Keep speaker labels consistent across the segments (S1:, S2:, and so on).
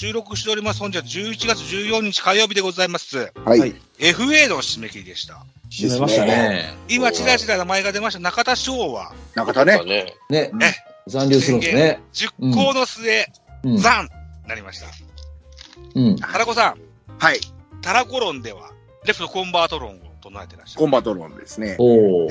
S1: 収録しております。本日は11月14日火曜日でございます。
S2: はい。
S3: はい
S1: FA の締め切りでした。
S3: 締めましたね。
S1: 今、ちらちら名前が出ました中田翔は、
S2: 中田ね。
S4: ね。
S3: ね
S1: え。
S3: 残留するんですね。
S1: 10校の末、
S3: うん。
S1: 残、になりました。
S3: うん。
S1: 原子さん、
S2: はい。
S1: タラコ論では、レフトコンバート論を唱えてらっしゃ
S2: コン
S1: る。
S2: バトロンですね。
S3: おお。
S1: え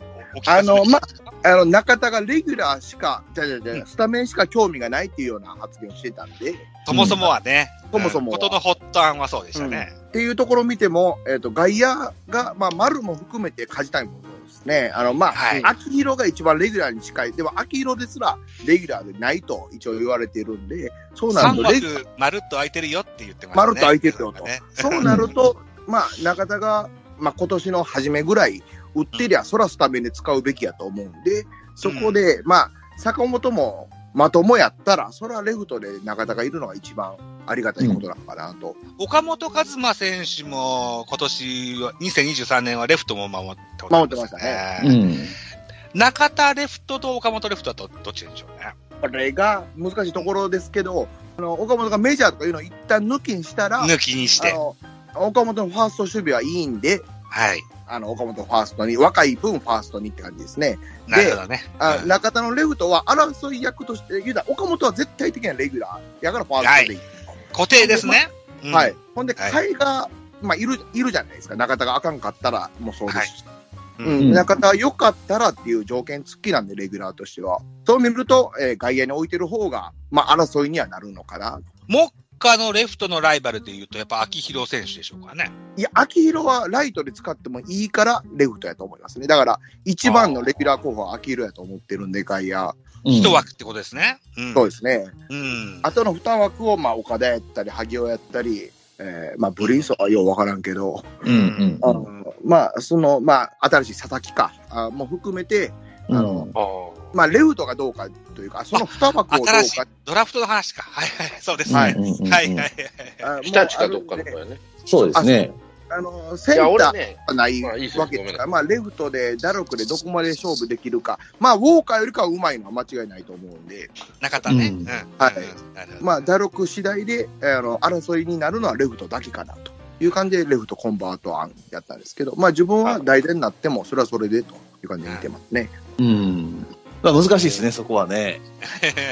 S1: えお聞か
S2: あ
S1: せください
S2: の、ま、あの、中田がレギュラーしか、じゃじゃじ
S1: う
S2: ゃスタメンしか興味がないっていうような発言をしてたんで、
S1: そもそもはね、
S2: そもそもは
S1: ことの発端はそうでしたね。
S2: っていうところを見ても、えっ、と、外野が、まあ、丸も含めて梶谷もそうですね。あの、まあ、
S1: はい
S2: 秋広が一番レギュラーに近い。でも、秋広ですら、レギュラーでないと一応言われているんで、そうなる
S1: 三
S2: と、レギュ
S1: 枠、まるっと空いてるよって言ってましたね。
S2: まるっと空いてるよと
S1: ね
S2: そうなると、まあ、中田が、まあ、今年の初めぐらい、売ってりゃ、そらスタメンで使うべきやと思うんで、そこで、まあ、坂本もまともやったら、そらレフトで中田がいるのが一番ありがたいことなのかなと。
S1: 岡本和真選手も今年は、2023年はレフトも守っており
S2: 守ってました
S3: う
S1: ね。
S3: ん。
S1: 中田レフトと岡本レフトはどどっちでしょうね。
S2: これが難しいところですけど、あの岡本がメジャーとかいうのを一旦抜きにしたら、
S1: 抜きにし
S2: あ
S1: て。
S2: の岡本のファースト守備はいいんで、
S1: はい。
S2: あの岡本ファーストに、若い分ファーストにって感じですね。
S1: なるほどね。
S2: あ
S1: うん
S2: 中田のレフトは争い役として、言うたら岡本は絶対的なレギュラーやからファーストでいい。
S1: 固定ですね。うん
S2: はい。。ほんで、
S1: はい
S2: 甲斐が、まあ、いる、いるじゃないですか。中田があかんかったら、もうそうですし。
S1: う
S2: うんん。中田が良かったらっていう条件付きなんで、レギュラーとしては。そう見ると、えー外野に置いてる方が、まあ、争いにはなるのかな。
S1: 目下のレフトのライバルでいうと、やっぱ秋広選手でしょうかね。
S2: いや、秋広はライトで使ってもいいから、レフトやと思いますね。だから、一番のレギュラー候補は秋広やと思ってるんで、外野。
S1: 一枠ってことですね。うん
S2: そうですね。
S1: うん。
S2: あとの2枠を、まあ、岡田やったり、萩尾やったり、えーまあ、ブリンソンはようわからんけど、
S3: うん
S2: あのまあ、その、まあ、新しい佐々木か、あも含めて、
S3: うん。
S2: あの
S4: あ
S2: まあ、レフトがどうかというか、その2枠をどうか
S1: 新しいドラフトの話か。はいはい、そうですね。
S2: は
S1: はいい
S3: い
S1: はいはい。
S2: あ
S4: 日立かどっ
S2: も
S4: かの
S2: う
S4: 子やね。
S3: そうですね。
S2: あるんであの、
S4: い
S2: センタ
S4: や、俺
S2: ー
S4: ね、
S2: はない
S4: まあいいですよ
S2: わけです
S4: ごめん
S2: か
S4: なさ
S2: ら、まあ、レフトで、打力でどこまで勝負できるか、まあ、ウォーカーよりかはうまいのは間違いないと思うんで、
S1: 中田ね。
S3: うん
S1: うん
S2: はい。
S1: うんなるほど
S2: まあ、打力次第で、あの、争いになるのはレフトだけかなという感じで、レフトコンバート案やったんですけど、まあ、自分は代打になっても、それはそれでという感じで見てますね。
S3: うん。まあ難しいですね、そこはね。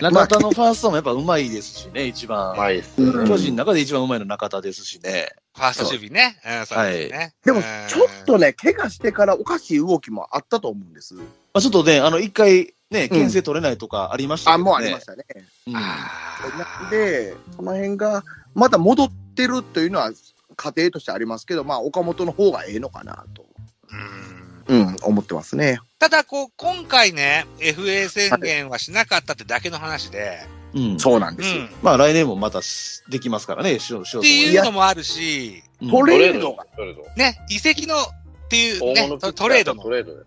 S3: 中田のファーストもやっぱうまいですしね、一番。
S4: まあいいっすね。
S2: うん
S3: 巨人の中で一番うまいの中田ですしね。
S1: ファースト守備ね。うん、そうですね。
S2: でも
S1: うん、
S2: ちょっとね、怪我してからおかしい動きもあったと思うんです。
S3: まあちょっとね、あの、一回、ね、牽制取れないとかありました
S2: あ、
S3: けどね。
S2: もうありましたね。
S3: うん
S2: な
S1: あ
S2: ん
S1: ー
S2: で、その辺が、まだ戻ってるというのは、家庭としてありますけど、まあ、岡本の方がええのかなと、
S1: うん
S2: うん、思ってますね。
S1: ただ、こう、今回ね、FA 宣言はしなかったってだけの話で、
S3: うん。
S2: そうなん
S1: う
S2: です。
S1: ん。
S3: まあ来年もまたしできますからね、しろ、しろ
S1: っていうのもあるし、
S2: トレー
S4: ー
S2: ド
S4: ド
S2: が、
S4: トレード。
S1: ね、移籍のっていう、
S4: 大
S1: ね
S4: 物、
S1: トトレード
S4: ト
S1: の
S4: レードで。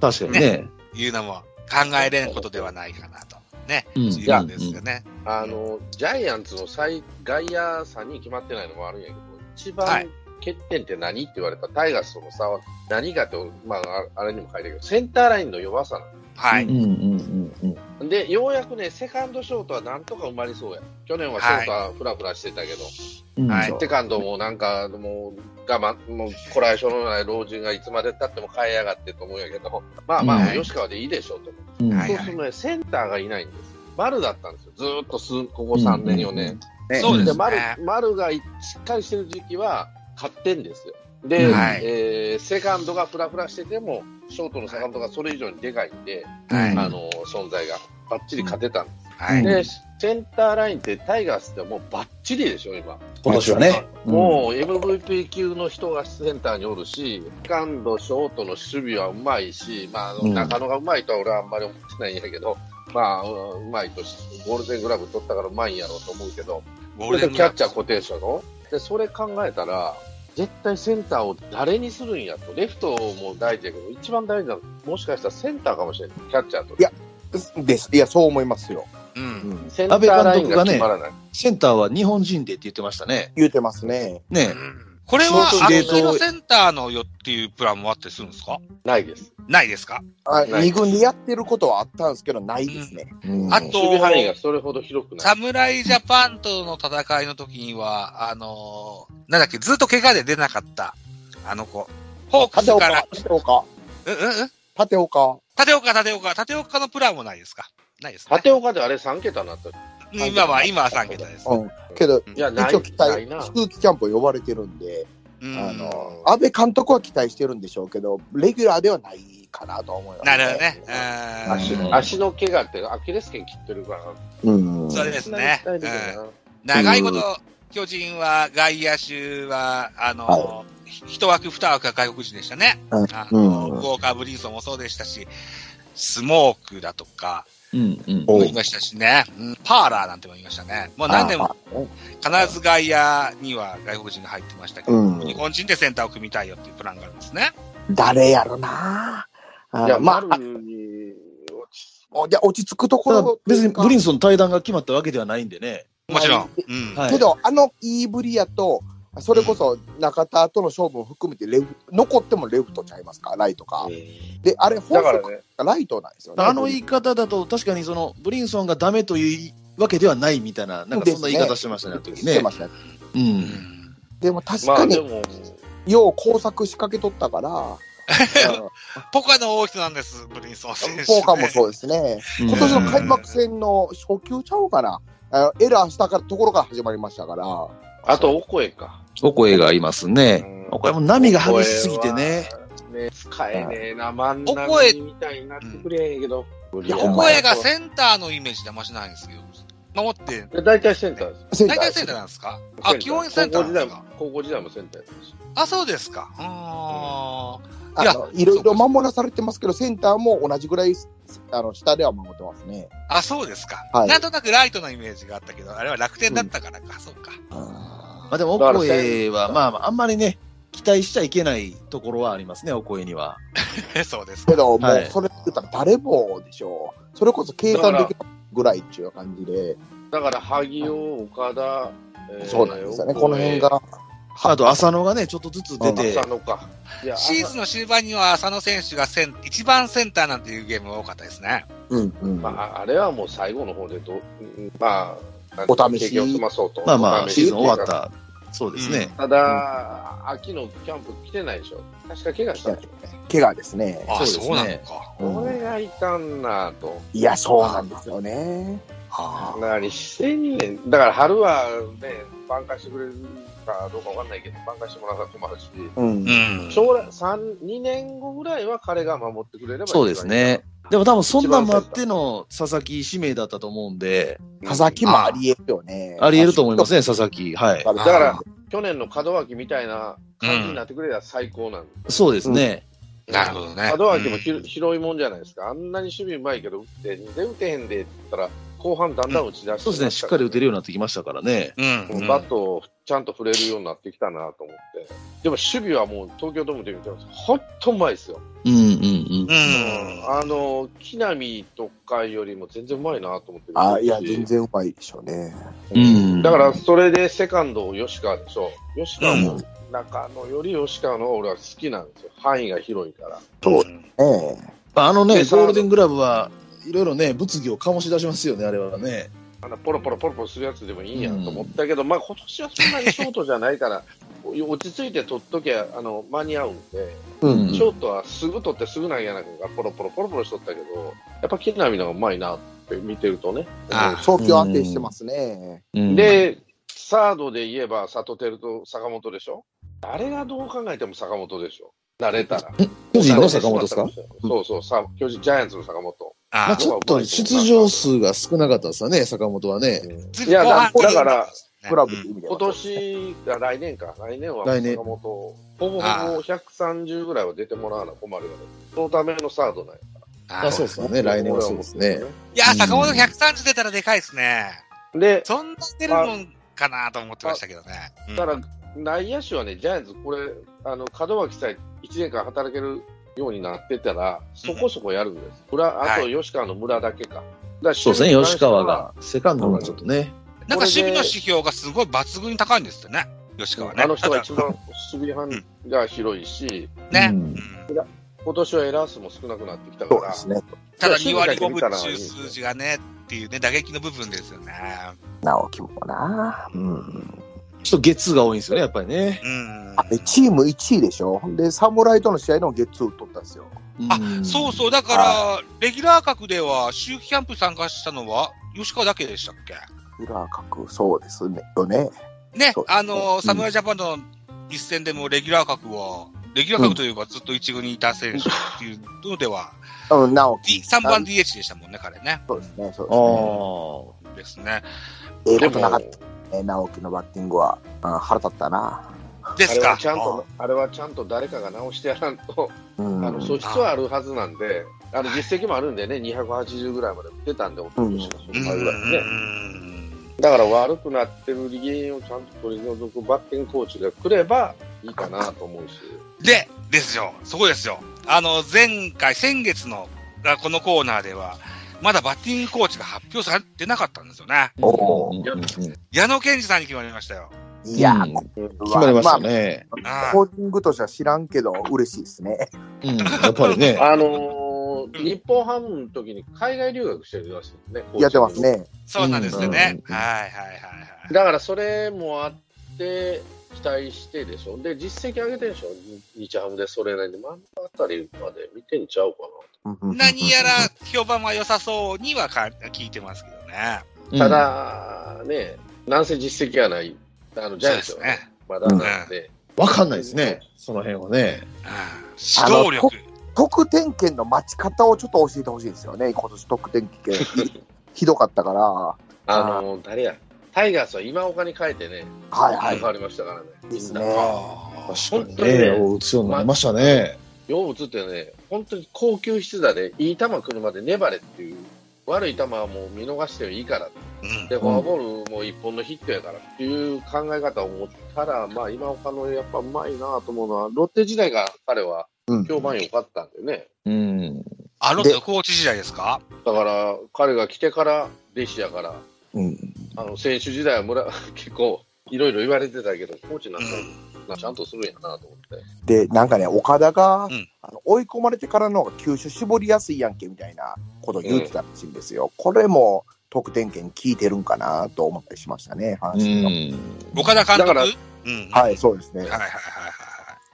S3: 確かにね。
S1: いうのも考えれんことではないかなと。ね。
S3: うん
S1: いう
S3: うん
S1: んですよね。
S4: あの、ジャイアンツの最外野さんに決まってないのもあるんやけど、一
S1: はい
S4: 番欠点って何って言われたらタイガースとの差は何かって、まあ、ああれにも書いてあるけど、センターラインの弱さな
S1: は
S3: う
S1: い。
S3: んうんうん
S4: ので、ようやくね、セカンドショートはなんとか埋まりそうや。去年はショートはフラフラしてたけど、
S3: うん。
S1: はい
S3: うん
S4: セカンドもなんか、もう、我慢、もう、こらえしょのない老人がいつまで経っても変えやがってと思うんやけど、まあまあ、
S3: はい
S4: 吉川でいいでしょうと思う。
S3: うん
S1: はい
S4: そうするとね、センターがいないんです。丸だったんですよ。ずーっと数、ここ3年、4年。
S2: ね
S1: そうです
S4: で、
S1: ね。
S4: 丸、丸がしっかりしてる時期は、勝ってんですよ。で、
S1: はい
S4: えーセカンドがフラフラしてても、ショートのセカンドがそれ以上にでかいんで、
S1: はい。
S4: あの、存在が、バッチリ勝てたんで
S1: は
S3: う
S1: い
S3: ん。
S4: す。で、センターラインってタイガースってもうバッチリでしょ、今。
S3: 今年はね。
S4: もう MVP 級の人がセンターにおるし、セカンド、ショートの守備はうまいし、まああの、
S3: うん
S4: 中野がうまいとは俺はあんまり思ってないんやけど、まあ、うんうまいとし、ゴールデングラブ取ったからうまいんやろうと思うけど、
S1: ゴ
S4: そ
S1: ール
S4: れ
S1: デ
S4: と
S1: ン
S4: キ
S1: グラ
S4: ャッ
S1: ブ
S4: チャー固定したので、それ考えたら、絶対センターを誰にするんやと、レフトも大事やけど、一番大事なのは、もしかしたらセンターかもしれない、キャッチャーと。
S2: いやです。いや、そう思いますよ。
S1: うん。
S4: センターラインが決まらない。
S3: センターは日本人でって言ってましたね。
S2: 言うてますね。
S3: ね。
S1: これは、
S4: 相
S1: ア
S4: 当
S1: ル
S4: 冷凍
S1: ペのセンターのよっていうプランもあってするんですか
S4: ないです。
S1: ないですか
S2: あ
S4: ない
S2: 二軍でやってることはあったんですけど、ないですね。うん
S1: あ
S4: 守
S1: と
S4: 備範囲がそれほど広くない。
S1: 侍ジャパンとの戦いの時には、あのーなんだっけ、ずっと怪我で出なかった、あの子。ホークス
S2: 立
S1: から
S2: 岡、、立岡、
S1: うんうんうん
S2: 立岡。
S1: 立岡、立岡、立岡のプランもないですかないです、ね。
S4: 立岡であれ3桁になった。
S1: うん今は、今は3桁です。
S2: うん。けど、
S4: いや、ない、
S2: 一応期
S4: な
S2: 待
S4: いな。、
S2: 空気キャンプ呼ばれてるんで、
S1: うん
S2: あの
S4: う、ん
S2: 安倍監督は期待してるんでしょうけど、レギュラーではないかなと思います、
S1: なるほどね。う
S3: あ
S1: ん
S4: 足
S3: うん
S4: 足の怪我ってアキレス腱切ってるから。
S2: うん。
S1: それですね
S4: そんなに期待できないな
S1: 長いこと、巨人は外野手は、あの、
S2: は
S1: ひ一枠二枠が外国人でしたね。
S2: うん
S1: あ
S2: う
S1: の
S2: ん
S1: ウォーカー・ブリンソンもそうでしたし、スモークだとか、
S3: うんうん
S2: お
S1: もいましたしね、うんパーラーなんてもいましたね。もう何年も
S2: ああ
S1: 必ず外野には外国人が入ってましたけど、
S2: うん
S1: 日本人でセンターを組みたいよっていうプランがあるんですね。
S2: 誰やろなあ
S4: いや、
S2: まあ
S4: 丸、に落ち
S2: おじゃあ落ち着くとこ
S3: ただ
S2: ろ
S3: 別にブリン
S2: ン
S3: ソン対談が決まったわけではないんでね。
S1: もちろ
S2: は
S1: ん。うん。
S3: はい
S2: けど、あのいいぶりやと、それこそ中田との勝負も含めてレフ、残ってもレフトちゃいますか、ライトか。で、あれ、本
S4: だ
S2: 当
S4: からね、
S2: ライトなんですよね。
S3: あの言い方だと、確かにそのブリンソンがダメというわけではないみたいな、なんかそんな言い方してましたね、あの時
S2: して
S3: ね
S2: ま。したね
S3: う。
S1: うんん
S2: でも確
S4: ま
S2: か
S4: あで
S2: に、
S4: も、
S2: よう工作仕掛けとった から、
S1: ポカの大きさなんです、ブリンソン選手、ね。
S2: 効果もそうですね。今年の開幕戦の初球ちゃうかな。あエラーしたからところから始まりましたから、
S4: あと、お声か。
S3: お声がいますね。お声も波が激しすぎてね。
S4: ね、使えねえな、真ん
S1: お声
S4: 中みたいになってくれへんけど。
S2: いや
S1: お声がセンターのイメージであんましないんですけど、守って、
S4: 大体センターです。
S2: セ
S1: 大体センターなんですかあ、基本センターなんで
S4: 高校時代
S1: すか
S4: も、高校時代もセンターやったし。
S1: あ、そうですか。うーんいや
S2: あのいろいろ守らされてますけど、センターも同じぐらいあの下では守ってますね。
S1: あ、そうですか。
S2: はい
S1: なんとなくライトのイメージがあったけど、あれは楽天だったからか、そうか。
S2: あ
S3: まあでも、お声は、まあまあ、あんまりね、期待しちゃいけないところはありますね、お声には。
S1: そうです
S2: ーけ
S1: か。
S2: ど、
S3: は
S2: も
S3: いう
S2: それって言ったら誰もでしょう。それこそ計算できるぐらいっていう感じで、
S4: だから、萩尾、岡田、えー
S2: そうなんですよね。この辺。が、
S3: あと、浅野がね、ちょっとずつ出
S4: お声
S3: て
S4: 浅、野か。いや、
S1: シーズンの終盤には浅野選手がセン一番センターなんていうゲームが多かったですね。
S2: うんうん
S4: まあ、あれはもう最後の方でどう、うんまあ、
S2: お試し
S4: 経験を済まそうと。
S3: まあまあ、
S4: お試
S3: シー
S4: し
S3: ズン終わった。そうですね。
S4: ただ、秋のキャンプ来てないでしょ。確か怪我したでしょ。
S2: 怪我ですね。
S1: あ、
S3: そうですね
S1: そうなのか。
S2: うん
S4: これがいたんなと。
S2: いや、そうなんですよね。
S1: あ
S4: 何してんねん。だから春はね、挽回してくれるかどうかわかんないけど、挽回してもらうか困るし、
S2: うん
S1: ーうん。
S4: 将来3、2年後ぐらいは彼が守ってくれれば
S3: そうですね。でも多分、そんなんもあっての佐々木指名だったと思うんで、
S4: 一番いいかな。
S2: 佐々木もありえるよね。
S3: あり得ると思いますね、佐々木。はい。
S2: だ
S4: だ
S2: か
S4: からら、去年の門脇みたいな感じになってくれれば最高なんです。
S3: そうですね。
S1: なるほどね。
S4: 門脇もひ、
S1: うん
S4: 広いもんじゃないですか。あんなに守備うまいけど、打って、全然打てへんでって言ったら、後半だんだん打ち出して、
S3: そうですね、しっかり打てるようになってきましたからね。
S1: うん。うん
S4: バットをちゃんと振れるようになってきたなと思って。でも守備はもう東京ドームで見てます。ほんとうまいですよ。
S3: うんう
S1: う
S3: んうん。
S1: ん。
S4: あの、木浪とかよりも全然うまいなと思ってる
S2: あいや、全。然うまいでしょうね。
S3: うん
S4: だから、それでセカンドを吉川でしょ。吉川
S1: う
S4: も、中野より吉川の方が俺は好きなんですよ。範囲が広いから。
S2: そうええ
S3: まああの
S4: で
S3: ね、
S4: さ
S3: ゴールデングラブはいろいろね、物議を醸し出しますよね、あれはね。
S4: あのポロポロポロポロするやつでもいいやと思ったけど、まあ今年はそんなにショートじゃないから、 落ち着いて取っときゃあの間に合うんで、
S2: うん
S4: ショートはすぐ取ってすぐ投げなきゃポロポロポロポロしとったけど、やっぱ木浪の方がうまいなって見てるとね。
S1: あ
S2: 早球安定してますね。
S3: うん、
S4: で、サードで言えば、サトテルと坂本でしょ誰がどう考えても坂本でしょ慣れたら。
S3: 巨人の坂本ですか
S4: そうそう、さ巨人ジャイアンツの坂本。
S3: ま
S1: あ
S3: あ、ちょっと出場数が少なかったですよね、坂本はね。
S1: ず
S4: いや、だ
S1: 後半
S4: だから、
S2: クラブって
S1: うん
S2: 意味では
S4: 今年が来年か、来年は
S3: 来年
S4: 坂本、ほぼほぼ
S1: ああ
S4: 130ぐらいは出てもらわな困るよね。そのためのサードなんや
S1: あ
S3: あそうですよね、来年はそうですね。。
S1: いや、坂本130出たらでかいですね。
S4: で、
S1: そんな出るもんかなと思ってましたけどね。うん
S4: だから、内野手はね、ジャイアンツ、これ、あの門脇さえ1年間働けるようになってたら、そこそこやるんです。村あと
S1: は
S4: 吉川の村だけか。だから
S3: そうですね、吉川が。セカンドがちょっとね。
S1: なんか守備の指標がすごい抜群に高いんですってね。吉川ね。
S4: あの人が一
S1: た
S4: 番守備範囲が広いし、
S1: だね。
S3: うん
S1: うん
S4: 今年はエラー数も少なくなってきたか
S5: そう
S4: ら
S5: で、すね。
S1: ただ2割5分っていう数字がね、っていうね、打撃の部分ですよね。
S2: 直樹もな。うん。
S3: ちょっと月が多いんですよね、やっぱりね。
S1: うん。
S2: あれ、チーム1位でしょほんで、侍との試合のゲッツー打っとったんですよ。
S1: あ
S3: ん
S1: そうそう、だから、レギュラー格では、秋季キャンプ参加したのは、吉川だけでしたっけ
S2: 裏角、そうですね。よね。
S1: ね
S2: そう、ですね
S1: あの、侍ジャパンの一戦でもレギュラー格は、レギュラー格というかずっと一軍にいた選手っていうのでは、
S2: うん、直樹。
S1: D 3番 DH でしたもんね、彼ね。
S2: そうですね、そう
S3: あ
S2: ですね。
S3: あ。
S1: ですね。
S2: ええ
S4: で
S2: ことなか
S4: も
S2: っ、たね、直樹のバッティングは。うん、腹立ったな。
S1: で
S4: あ
S1: す
S4: れ
S1: か
S4: は。ちゃんと、あれはちゃんと誰かが直してやらんと、
S2: う
S4: あ
S2: ん。
S4: の素質はあるはずなんで、あの実績もあるんでね、280ぐらいまで打ってたんで、おととしのそ
S1: うん
S4: の前ぐらいですね。
S1: うん
S4: だから悪くなってる原因をちゃんと取り除くバッティングコーチが来ればいいかなと思うし、
S1: で、ですよ。そこですよ。あの、前回、先月の、あこのコーナーでは、まだバッティングコーチが発表されてなかったんですよね。
S2: おー
S3: うんうんうん決
S1: 矢野健二さんに決まりましたよ。
S2: いやー、
S3: うん
S2: こ
S3: まりましたね。
S1: ああ
S2: コーディングとしては知らんけど、嬉しいですね。
S3: うん、やっぱりね。
S4: あのー日本ハムの時に海外留学してるらしいね、コーチ
S2: やってます。ね。
S1: そうなんですよね。
S3: うん
S1: はいはいはいは
S4: だからそれもあって、期待してでしょ、で、実績上げてるでしょ、日ハムでそれなりに、真ん中あたりまで見てんちゃうか
S1: い。何やら評判は良さそうにはか聞いてますけどね。
S3: うん
S4: な。た、だ、ね、なんせ実績がない、あのジャイアンツ
S1: そう
S4: は、
S1: ですね
S4: まだなんで、
S3: わかんないですね。その辺はね。
S1: うん指導
S2: あの
S1: 力。
S2: 得点圏の待ち方をちょっと教えてほしいですよね、今年得点圏、ひどかったから、は
S4: あのー誰や、タイガースは今岡に変えてね、
S2: いは
S4: 変
S2: い、
S4: わりましたからね、
S2: です
S1: あ
S2: ね
S1: あ
S3: 確かに
S4: 本当にね
S3: ね。打つようになりましたね。
S4: よう打つってね、本当に高級筆打で、いい球来るまで粘れっていう、悪い球はもう見逃してもいいから、
S1: うん
S4: で、フォアボールも一本のヒットやからっていう考え方を持ったら、まあ、今岡のやっぱうまいなと思うのは、ロッテ時代が彼は
S2: うん
S4: 評判良かったんでね、
S3: うん。
S1: あの
S2: で
S1: コーチ時代ですか
S4: だから彼が来てから弟子やから、
S2: うん
S4: あの選手時代は村 結構いろいろ言われてたけど、コーチなんかもちゃんとするんやなと思っ
S2: で、
S4: て。
S2: なんかね、岡田が、
S1: うん
S2: あの追い込まれてからの方が球種絞りやすいやんけみたいなことを言ってたらしいんですよ、これも得点圏効いてるんかなと思ったりしましたね、
S3: う
S2: 話が。
S3: ん。
S1: 岡田監
S4: だ
S1: 督
S4: か
S1: う
S4: ら
S1: んはい
S2: はい、そうですね。
S1: はいはいはい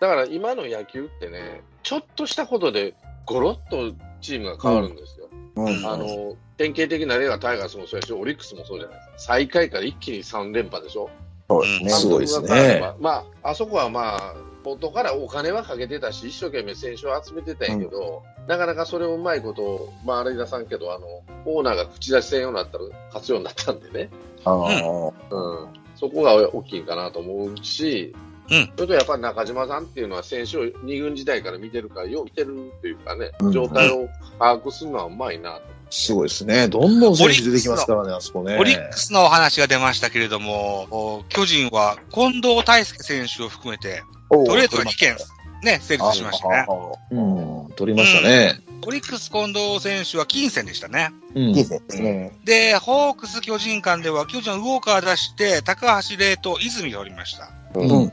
S4: だから今の野球ってね、ちょっとしたことで、ゴロッとチームが変わるんですよ。
S2: うん
S4: あの典型的な例がタイガースもそうやし、オリックスもそうじゃないですか、最下位から一気に3連覇でしょ、
S2: そうですね
S1: うん
S3: すごいですね
S4: 監督が変わればまあ、あそこはまあ、元からお金はかけてたし、一生懸命選手を集めてたんやけど、なかなかそれをうまいことを、まあ、あれ出さんけど、あのオーナーが口出しせんようになったら、勝つようになったんでね、
S2: あの
S4: うん、そこが大きいかなと思うし、
S1: うん
S4: それとやっぱり中島さんっていうのは、選手を2軍時代から見てるから、よう見てるっていうかね
S2: う、ん
S4: 状態を把握するのはうまいなと。
S3: すごいですね。どんどん選手出てきますからね、あそこね。
S1: オリックスのお話が出ましたけれども、お巨人は近藤大輔選手を含めて、
S2: お
S1: トレードが2件、ね、成立しましたね。
S3: うん。取りましたね。
S1: オリックス近藤選手は金銭でしたね。
S3: うん。
S2: 人生ですね。
S1: で、ホークス巨人間では、巨人はウォーカー出して、高橋礼と泉を取りました。
S3: うん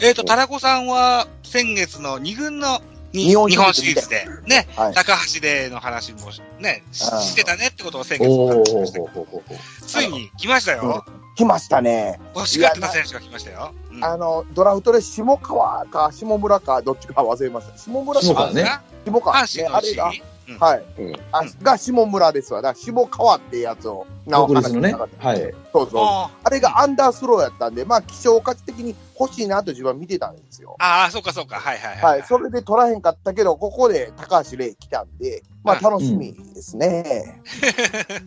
S1: えっ、と、タラコさんは先月の2軍のに
S2: 日本
S1: 日本シリーズ
S2: シ
S1: で、ね、
S2: はい
S1: 高橋礼の話もしね、し
S2: あー
S1: してたねってことを先月
S3: お
S1: 話しましたけど
S3: お。
S1: ついに来ましたよ。
S2: 来ましたね。
S1: 欲しかってた選手が来ましたよ。うん
S2: あの、ドラフトで下川か下村か、どっちか忘れました。下村か
S3: 下川ね
S2: 下川。
S1: 阪神
S2: ね
S1: の
S2: あ
S1: うち
S2: れ
S1: に
S2: が、
S1: うん
S2: はい。
S4: うん
S2: あが下村ですわ。だから下川ってやつを、な
S3: 独立のね。
S2: そう
S3: はい。
S2: そう。
S1: あ
S2: あれがアンダースローやったんで、まあ、希少価値的に欲しいなと自分は見てたんですよ。
S1: あー、そうかそうか。はいはいは。
S2: はいい。それで取らへんかったけど、ここで高橋玲来たんで、まあ、
S1: うん
S2: 楽しみですね。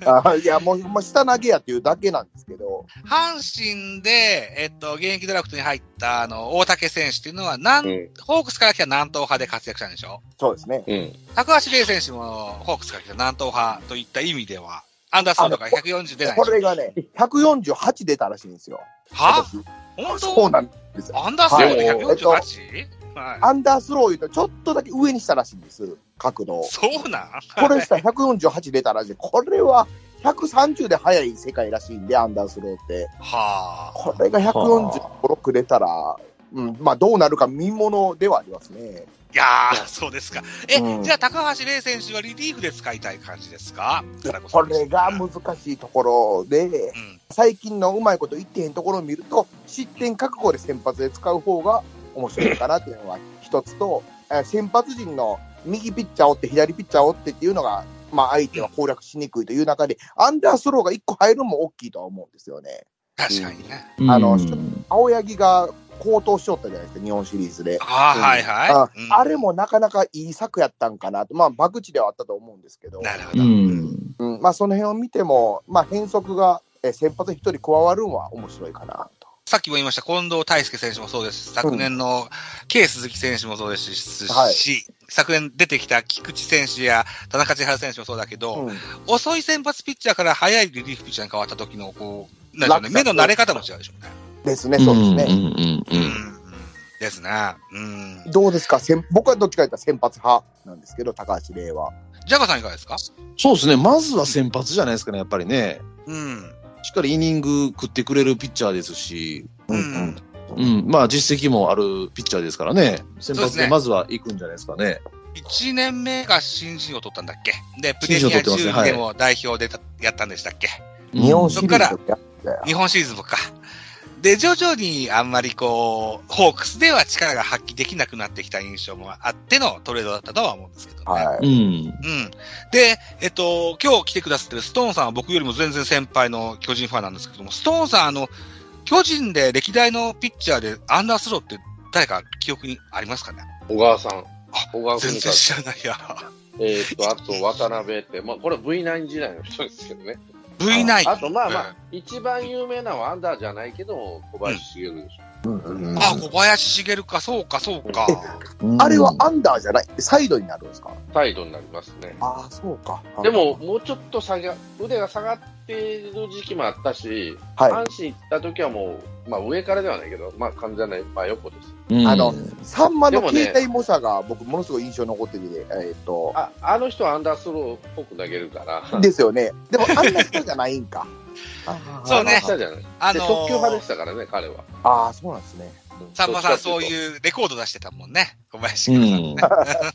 S2: あいや、もう、もう下投げやっていうだけなんですけど、
S1: 阪神で、えっと、現役ドラフトに入った、あの、大竹選手っていうのは、なん、
S4: うん
S1: ホークスから来た南東派で活躍したんでしょ
S2: そうですね。
S4: うん
S1: 高橋玲選手も、ホークスから来た南東派といった意味では、アンダーソンとか140出ないで
S2: こ
S1: しょ
S2: れがね、148出たらしいんですよ。
S1: は
S2: 今
S1: 本
S2: 年そう
S1: 当
S2: なんですよ。
S1: アンダーソン
S4: はい
S1: で 148? はい。
S2: アンダースロー言うと、ちょっとだけ上にしたらしいんです、角度を。
S1: そうなん
S2: これしたら148出たらしい。これは130で速い世界らしいんで、アンダースローって。
S1: はあ。
S2: これが145、6出たら、うん、まあどうなるか見ものではありますね。
S1: いやー、そうですか。え、
S2: うん
S1: じゃあ高橋玲選手はリリーフで使いたい感じですか
S2: これが難しいところで
S1: う、ん。
S2: 最近のうまいこと言ってへんところを見ると、失点覚悟で先発で使う方が面白いかなっていうのは一つと、えー先発陣の右ピッチャーおって左ピッチャーおってっていうのが、まあ相手は攻略しにくいという中で、アンダースローが1個入るのも大きいとは思うんですよね。
S1: 確かにね。
S2: あの
S3: うん
S2: 青柳が高騰しよったじゃないですか、日本シリーズで。
S1: ああ、はいはい。
S2: あ
S1: うん
S2: あれもなかなかいい策やったんかなと、まあ、バグチではあったと思うんですけど、
S1: なるほ
S3: う
S1: ど。
S3: ん。
S2: うんまあ、その辺を見ても、まあ、変則がえー先発一人加わるのは面白いかなと。
S1: さっきも言いました、近藤泰介選手もそうですし、昨年の K 鈴木選手もそうですし、
S2: はい
S1: 昨年出てきた菊池選手や田中千春選手もそうだけど、遅い先発ピッチャーから早いリリーフピッチャーに変わった時の、こう、なんでしょうね、目
S2: 落差
S1: の慣れ方も違うでしょうね。
S2: ですね、そうですね。
S3: ん
S1: うん
S3: う
S1: ん。
S3: うんうん。
S1: ですね。うん。
S2: どうですか先僕はどっちかというと先発派なんですけど、高橋礼は。
S1: ジャガさんいかがですか
S3: そうですね。まずは先発じゃないですかね、やっぱりね。
S1: うん。
S3: しっかりイニング食ってくれるピッチャーですし、
S1: うん
S2: うん
S3: うん、まあ実績もあるピッチャーですからね。
S1: そ
S3: 先
S1: うです
S3: 発
S1: ね
S3: でまずは行くんじゃないですかね。
S1: 1年目が新人を取ったんだっけで、プレ
S3: 新
S1: ミ
S3: 人
S1: ア
S3: を取ってますね
S1: 12でも代表でたやったんでしたっけ
S3: うん
S2: 日本
S1: そ
S2: シ
S1: っ
S2: リ
S1: から
S2: ーズでやったよ
S1: 日本シリーズもか。で、徐々にあんまりこう、ホークスでは力が発揮できなくなってきた印象もあってのトレードだったとは思うんですけどね。
S2: はい。
S3: うん。
S1: うん。で、えっと、今日来てくださってるストーンさんは僕よりも全然先輩の巨人ファンなんですけども、ストーンさん、あの、巨人で歴代のピッチャーでアンダースローって誰か記憶にありますかね
S4: 小川さん
S1: あ。
S4: 小川
S1: 全
S4: 文
S1: 然
S4: 和。
S1: 知らないや。
S4: えーっと、あと渡辺って、まあ、これは V9 時代の人ですけどね。
S1: V9。
S4: あと、まあまあ、一番有名なのはアンダーじゃないけど、小林茂でし
S2: うんうんうん
S1: あ、小林茂か、そうか、そうか。
S2: あれはアンダーじゃない、サイドになるんですか
S4: ょ。サイドになりますね。
S2: ああ、そうか。
S4: でも、、もうちょっと下が、腕が下がっている時期もあったし、
S2: はい、
S4: 阪神行った時はもう、まあ上からではないけど、まあ完全な真横です。
S3: うん
S2: あのサンマの
S4: でもね
S2: 携帯模写が僕、ものすごい印象に残ってて、えーっと、
S4: あ、あの人はアンダースローっぽく投げるから、
S2: ですよね。でも、あんな人じゃないん か。
S1: そうね
S4: 下じゃない。
S1: あ
S4: で、
S1: のー
S4: 特急派でしたからね、彼は。
S2: ああ、そうなんですね。
S1: さんまさん、そう
S4: う。
S1: いうレコード出してたもんね。小林
S3: う
S1: 茂さん。
S3: ん。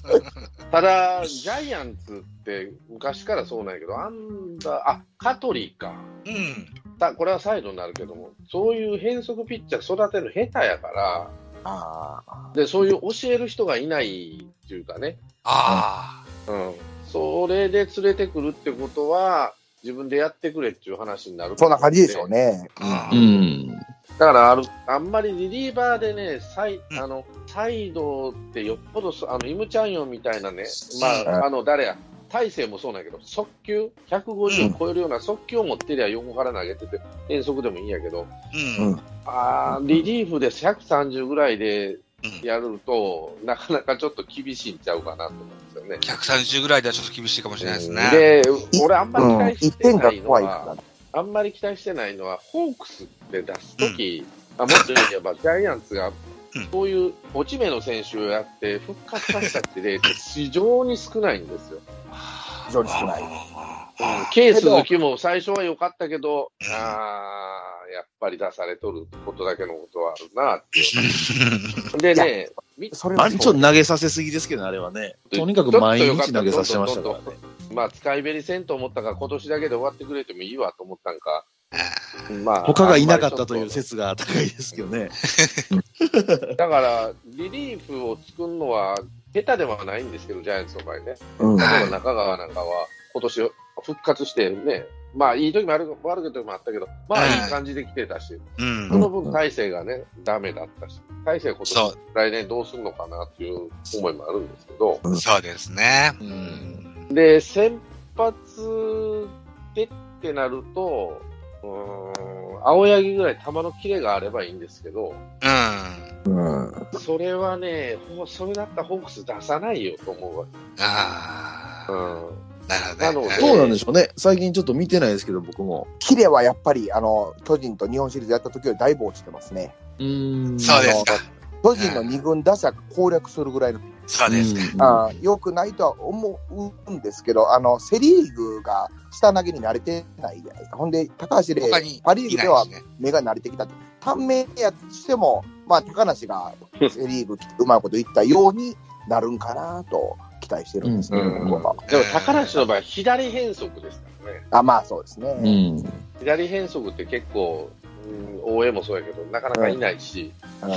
S4: ただ、ジャイアンツって昔からそうなんやけど、アンダー、あ、カトリーか。
S1: うん。
S4: だこれはサイドになるけども、そういう変則ピッチャー育てるの下手やから、
S2: ああ。
S4: で、そういう教える人がいないっていうかね、
S1: ああ。
S4: うん。それで連れてくるってことは、自分でやってくれっていう話になる。
S2: そんな感じでしょう
S4: ね。
S2: ね。
S1: うん
S3: うん。
S4: だからある、あんまりリリーバーでね、サイ
S1: うん
S4: あのサイドってよっぽどそ、あのイムチャンヨンみたいなね、まあ、あの誰や、大勢もそうなんやけど、速球、150を超えるような速球を持ってりゃ横から投げてて、変則でもいいんやけど、
S1: うん。うん。
S4: あーリリーフで130ぐらいでやると、なかなかちょっと厳しいんちゃうかなと思うんですよね。
S1: 130ぐらいではちょっと厳しいかもしれないですね。
S4: で
S2: い、
S4: 俺あんま
S2: うん
S4: り期待
S2: 一
S4: して
S2: 点
S4: な
S2: が
S4: いの
S2: 怖い
S4: は、
S2: か
S4: あんまり期待してないのは、ホークスで出すとき、あもっと言えば、ジャイアンツが
S1: うん、
S4: そういう落ち目の選手をやって復活させたって例って非常に少ないんですよ。
S2: ら、非常に少ない。
S4: うん、ケースの木も最初は良かったけど、あーやっぱり出されとることだけのことはあるなっていう。 でね、み
S2: それ
S3: あ
S2: は
S3: れち
S2: そ
S3: ょ
S2: う
S3: っと投げさせすぎですけどね、あれはね。とにかく毎日投げさせてましたからね。
S4: まあ、使いべりせんと思ったから、今年だけで終わってくれてもいいわと思ったんか、まあ、
S3: 他がいなかったという説が高いですけどね。
S4: だから、リリーフを作るのは、下手ではないんですけど、ジャイアンツの場合ね、
S2: うん
S4: 例えば中川なんかは、今年復活してね、まあ、いい時もある悪い時もあったけど、まあ、
S1: はい
S4: いい感じで来てたし、
S1: うん
S4: そ。の分、大勢がね、ダメだったし、大勢、今
S1: そ
S4: 年来年どうするのかなっていう思いもあるんですけど、
S1: う、そうですね。
S3: う。
S1: うんん。
S4: で、先発でってなると、うーん、青柳ぐらい球のキレがあればいいんですけど、
S1: あ
S2: うん
S4: それはね、ほそれだったらホークス出さないよと思うわけ。
S1: あ。
S4: う
S1: なるほどね。
S4: なの
S3: どうなんでしょうね。最近ちょっと見てないですけど、僕も。
S2: キレはやっぱり、あの、巨人と日本シリーズやった時よりだいぶ落ちてますね。
S3: うん
S1: そうですか。
S2: 巨人の二軍打者攻略するぐらいのピッ
S1: そうですか。
S6: あー良くないとは思うんですけど、あの、セ・リーグが下投げに慣れてないじゃないですか。ほんで、高橋で
S1: 他に
S6: パ・リー
S1: い
S6: グ
S1: な
S6: ではい
S1: ですね。
S6: 目が慣れてきたって。短命やとしても、まあ、高梨がセ・リーグうまいこと言ったようになるんかなと期待してるんですけど、
S3: うんうんうん
S6: 僕は。
S4: でも高梨の場合、左変則ですからね。
S6: あ、まあそうですね。
S3: うん。うん。
S4: 左変則って結構、うん、OA もそうやけど、なかなかいないし、
S6: うん
S1: う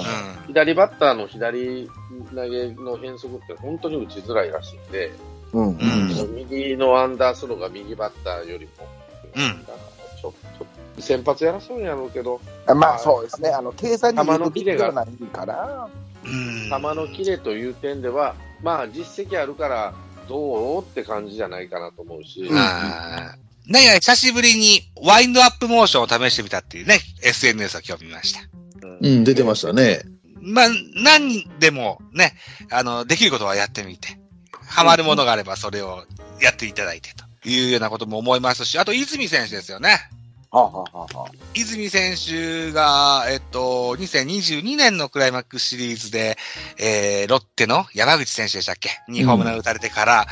S4: 左バッターの左投げの変則って本当に打ちづらいらしいんで、
S6: うん
S1: ん。うん。
S4: 右のアンダースローが右バッターよりも、
S1: うん
S4: ちょっと先発やらそうやろうけど、
S6: あまあそうですね。あの、計算に行くべきではないかな。
S1: うん。
S4: 球の切れという点では、まあ実績あるから、どうって感じじゃないかなと思うし、
S1: あーなんや、久しぶりにワインドアップモーションを試してみたっていうね、SNS を今日見ました。
S3: うん、出てましたね。
S1: まあ、何でもね、あの、できることはやってみて、ハマるものがあればそれをやっていただいてというようなことも思いますし、あと泉選手ですよね。
S6: はあ、はあはあはあ、
S1: 泉選手が、えっと、2022年のクライマックスシリーズで、えー、ロッテの山口選手でしたっけにホームラン打たれてから、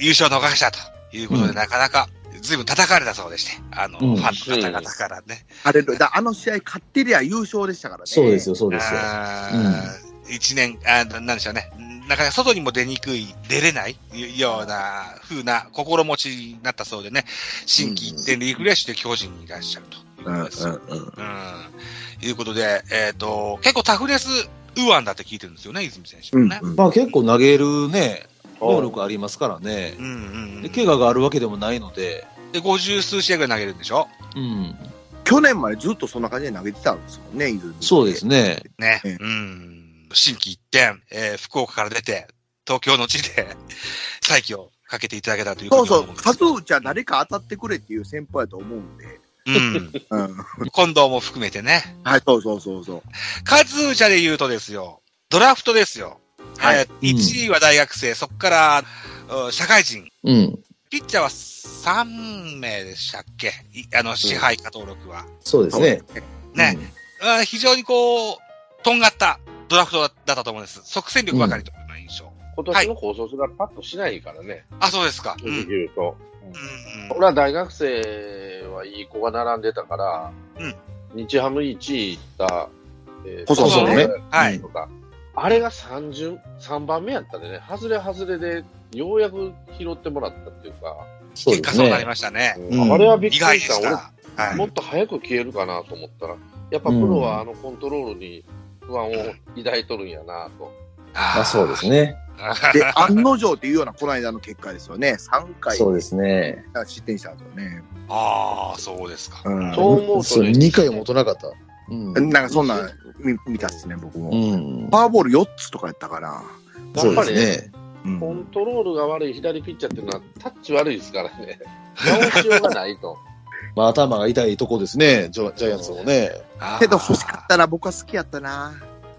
S1: 優勝を逃したということで、
S3: うん
S1: なかなか、ずいぶん叩かれたそうでして、あの、
S3: うん
S1: ファンの方々からね。
S2: あれ、だあの試合勝ってりゃ優勝でしたからね。
S3: そうですよ、そうですよ。
S1: あー一年、あーななんでしょうね。なかなか外にも出にくい、出れないような風な心持ちになったそうでね、新規一点リフレッシュで巨人にいらっしゃるという
S2: う
S1: こ
S2: んう
S1: と
S2: ん
S1: ですよ。
S2: うん。
S1: うん。いうことで、えっ、と、結構タフレス右腕だって聞いてるんですよね、泉選手もね。
S2: うん
S3: まあ結構投げるね、能力ありますからね
S1: う。ん、うん、う
S3: で、
S1: ん。
S3: 怪我があるわけでもないので、
S1: で、50数試合ぐらい投げるんでしょ
S3: うん、
S2: 去年までずっとそんな感じで投げてたんですもんね、伊豆
S3: そうですね。
S1: ね。
S2: ええ
S1: うん。新規一点、えー福岡から出て、東京の地で 再起をかけていただけたというこ
S2: そう
S1: とだ
S2: そ
S1: と
S2: う
S1: 思ん、です
S2: 数打ちは誰か当たってくれっていう先輩やと思うんで。
S1: うん。
S2: うん。
S1: 近藤も含めてね。
S2: はい、そうそうそうそう。
S1: 数打者で言うとですよ、ドラフトですよ。
S2: はい
S1: えー1位は大学生、そこから、うん社会人。
S3: うん、
S1: ピッチャーは3名でしたっけいあの、支配下登録は。
S3: そうですね。
S1: ね、あー非常にこう、とんがったドラフトだったと思うんです。即戦力ばかりというような印象。
S4: 今年の高卒がパッとしないからね、
S1: あ、そうですか。う
S4: 正
S1: ん。う
S4: 直
S1: ん
S4: 言うと。
S1: うん
S4: 俺は大学生はいい子が並んでたから、
S1: うん
S4: 日ハム1位行った、えー
S2: 細
S1: 野ね
S4: 細野
S1: はい
S4: とかあれが3巡、3番目やったんでね、外れ外れで、ようやく拾ってもらったっていうか、
S3: そ
S1: 結
S3: うで
S1: 果
S3: す
S1: そうなり
S3: ね。
S1: ましたね。
S3: うん
S4: あれはびっく
S1: 意
S4: り
S1: 外で
S4: した。
S1: し
S4: 俺
S1: た。はい。
S4: もっと早く消えるかなと思ったら、やっぱプロはあのコントロールに不安を抱いとるんやなと。
S1: あ
S3: まあそうですね。
S2: で、案の定っていうようなこの間の結果ですよね。3回
S3: そうですね。
S2: 失点したんですよね。
S1: ああ、そうですか。
S2: うん。
S4: そう思うとね
S3: そう、2回も取らなかった。うん。
S2: なんかそんな見見たっすね、僕
S3: う
S2: も。
S3: ん。
S2: パワーボール4つとかやったから。
S3: そうですね。
S2: うん
S4: コントロールが悪い左ピッチャーっていうのはタッチ悪いですから ね、直しようがないと。
S3: まあ頭が痛いとこですね、ジャジャイアンツもね。
S1: あー
S2: けど欲しかったな、僕は好きやったな。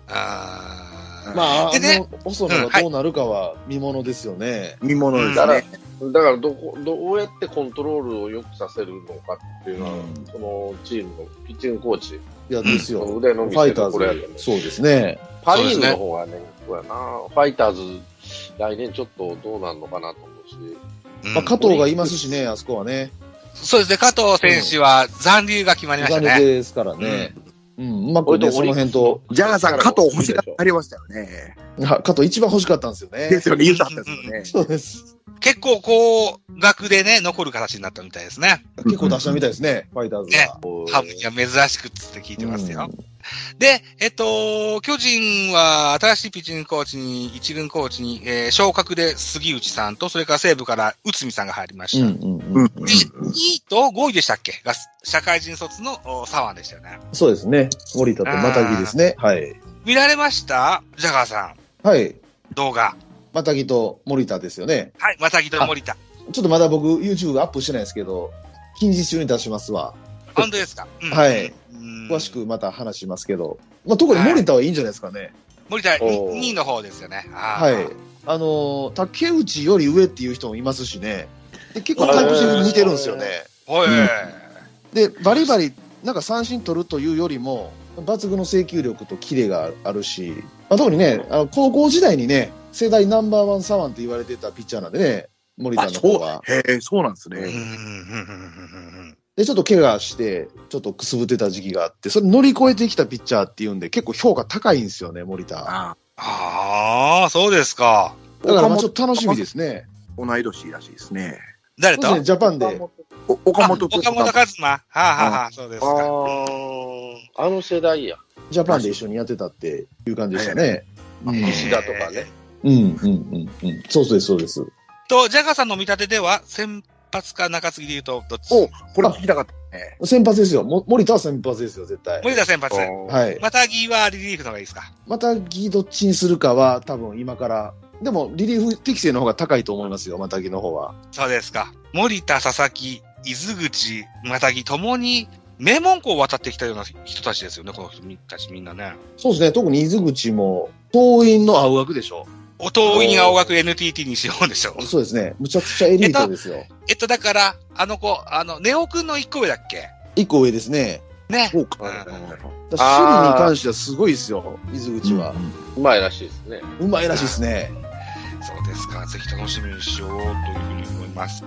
S1: あー
S3: まあ、あ
S1: でね
S3: の、細野がどうなるかは見ものですよね。
S2: 見物です
S4: だか
S2: ね。
S4: ら、だからどこどうやってコントロールを良くさせるのかっていうのは、
S3: うん
S4: そのチームのピッチングコーチ、
S3: いや、ですよ。フ
S4: 腕の見
S3: ァ
S4: せ
S3: イタ
S4: 所や
S3: ーズ、そうですね。
S4: パ・リーグの方がね、そうやな、ファイターズ、来年ちょっとどうなるのかなと思うし、
S1: うん
S3: まあ、加藤がいますしね、あそこはね。
S1: そうですね、加藤選手は残留が決まりました
S3: 残
S1: ね。
S3: 念ですからね。うん、うまくね、その辺と、
S2: ジャガーさん、加藤欲しがったりましたよね。
S3: は加藤一番欲しかったんですよ
S2: で
S3: ね。
S2: すよね、言うたったですよね。
S3: そうです。
S1: 結構高額でね、残る形になったみたいですね。
S3: 結構出したみたいですね、ファイターズが。
S1: ハムには珍しくっつって聞いてますよ。
S3: う
S1: で、えっと、巨人は新しいピッチングコーチに、一軍コーチに、えー昇格で杉内さんと、それから西武から内海さんが入りまし
S3: ん
S1: た。
S3: うんうん
S2: うん。
S1: 2位と5位でしたっけが、社会人卒のお左腕でしたよね。
S3: そうですね。森田とまたぎですね。はい。
S1: 見られましたジャガーさ
S3: はい。
S1: ん、動画。
S3: またぎと森田ですよね。
S1: はい、またぎと森田。
S3: ちょっとまだ僕、YouTube アップしてないですけど、近日中に出しますわ。
S1: 本当ですか、うん
S3: はい。
S1: うん
S3: 詳しくまた話しますけど、まあ、特に森田はいいんじゃないですかね。
S1: 森田、
S4: おー
S1: 2位の方ですよね。は
S3: はい。あのー、竹内より上っていう人もいますしね。で結構
S4: あー
S3: タイプ性似てるんですよね。
S1: おい、
S3: うんで、バリバリ、なんか三振取るというよりも、抜群の制球力とキレがあるし、まあ、特にね、あの高校時代にね、世代ナンバーワン左腕って言われてたピッチャーなんでね、森田の方は。
S2: へえ、そうなんです
S1: うんうん
S2: ね。
S1: うん
S3: で、ちょっと怪我して、ちょっとくすぶってた時期があって、それ乗り越えてきたピッチャーっていうんで、結構評価高いんですよね、森田。
S2: あ
S1: ああ、そうですか。
S2: あ
S3: だからまあちょっと楽しみですね。
S2: 同い年らしいですね。
S1: 誰
S3: そうです
S1: と
S3: ねジャパンで、
S2: お岡本
S1: あ岡本和真。はあ、はあはあ、そうです
S4: あ
S1: か。
S4: ーあの世代や。
S3: ジャパンで一緒にやってたっていう感じでしたね。うん
S4: 西田とかね。
S3: うん、うん、うん、うん。そうです、そうです。
S1: と、ジャガーさんの見立てでは、先発か中継ぎで言うと、どっち
S2: おこれ聞きたかったね。
S3: 先発ですよ。も森田は先発ですよ、絶対。
S1: 森田先発。
S2: は
S3: はい。
S1: またぎはリリーフの方がいいですか。
S3: またぎどっちにするかは、多分今から。でも、リリーフ適性の方が高いと思いますよ、またぎの方は。
S1: そうですか。森田、佐々木、伊豆口、またぎともに、名門校を渡ってきたような人たちですよね、この人たちみんなね。
S3: そうですね、特に伊豆口も、党員の青学でしょ。
S1: お東院青学 NTT にしようでしょう。
S3: そうですね、むちゃくちゃエリートですよ。
S1: えっと、だから、あの子、あの、ネオくんの一個上だっけ
S3: 一個上ですね。
S1: ね。
S2: そうか。
S3: だから守備に関してはすごいですよ、伊豆口は。
S4: うまいらしいですね。
S3: うまいらしいですね。
S1: そうですか。ぜひ楽しみにしようというふうに思います。